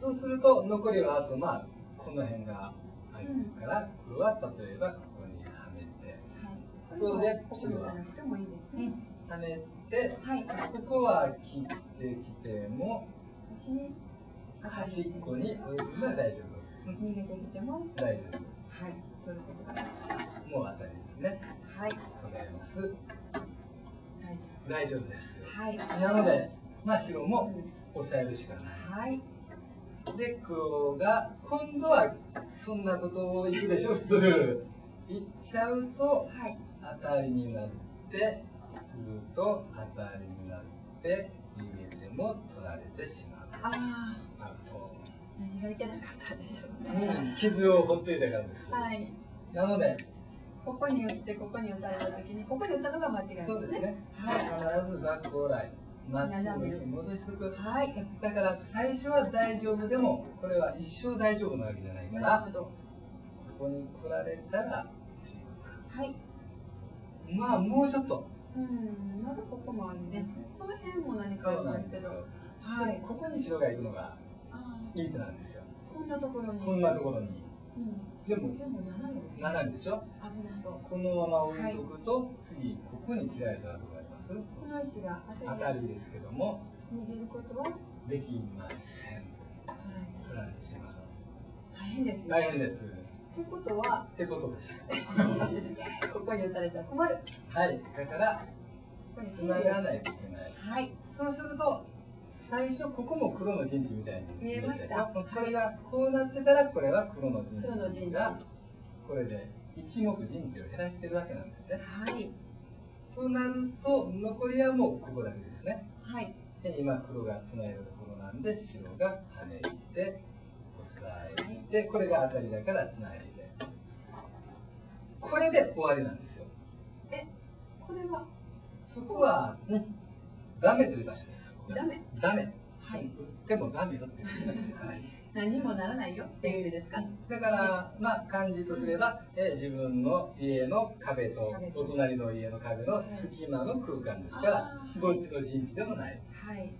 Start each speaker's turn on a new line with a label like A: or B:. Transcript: A: そうすると残りはあとまあこの辺があるから、これは例えばここにはめて
B: はい。
A: そうね
B: ここに置かなくてもいいですね。
A: はめて
B: はい。
A: ここは切ってきても
B: 先に
A: 端っこに置いても大丈夫
B: 逃げてきても、
A: 大丈
B: はい。ということが
A: 夫もう当たりですね
B: はい。
A: 捉えます大
B: 大丈
A: 丈夫です
B: 夫。はい。
A: なのでまあ白
B: う
A: も
B: ん
A: 押さえるしかない
B: はい。
A: で黒が今度はそんなことを言うでしょ普通言っちゃうと
B: はい。
A: 当たりになってすると当たりになって逃げても取られてしまう
B: ああ、
A: あと、
B: 何がいけなかったでしょうね。
A: うん、傷をほっといたからです、
B: はい。
A: なので
B: ここに打って、ここに打たれたときに、ここで打ったのが間違いですね。
A: そうですね
B: は
A: 必
B: い。
A: ずバックを来まっすぐに戻しておく
B: はい。
A: だから最初は大丈夫でもこれは一生大丈夫なわけじゃないか
B: なる
A: ら
B: ほど。
A: ここに来られたら
B: はい。
A: まあもうちょっと
B: うん。まだここもあるね。この辺も何かありますけど。
A: よ
B: はい。
A: ここに白が行くのが
B: あ
A: いい手なんですよ
B: あ、こんなところに。
A: こんなところに
B: うん。
A: で
B: で
A: も
B: も斜めですね。
A: 斜めでしょ
B: 危なそう。
A: このまま置いとくと、次ここに切られた跡があります
B: この石が当
A: 当
B: た
A: た
B: り
A: り
B: で
A: で
B: す。
A: すけども
B: 逃げることは
A: できません
B: 取られてし
A: つ
B: まう。
A: られてしまう
B: 大変ですね。
A: 大変ですっ
B: ということは、
A: てことです
B: ここに打たれたら困る。
A: はいだから
B: これ
A: 繋がないといけない
B: はい。
A: そうすると最初ここも黒の陣地みたいに
B: 見えました
A: 見えでょこれがこうなってたらこれは黒の陣地
B: 黒の陣地
A: がこれで一目陣地を減らしてるわけなんですね
B: はい。
A: となると残りはもうここだけですね
B: はい。
A: で今黒がつないだところなんで白が跳ねて押さえてこれが当たりだからつないでこれで終わりなんですよ
B: これは
A: そこは、ダメという場所です
B: ダメ。
A: ダメ
B: はい。
A: 打ってもダメよって いう、はい
B: 何にもならないよっていう意味ですか。
A: だから、まあ、漢字とすれば、えー自分の家の壁と
B: 壁と
A: お隣の家の壁の隙間の空間ですから
B: あー
A: どっちの陣地でもない
B: はい。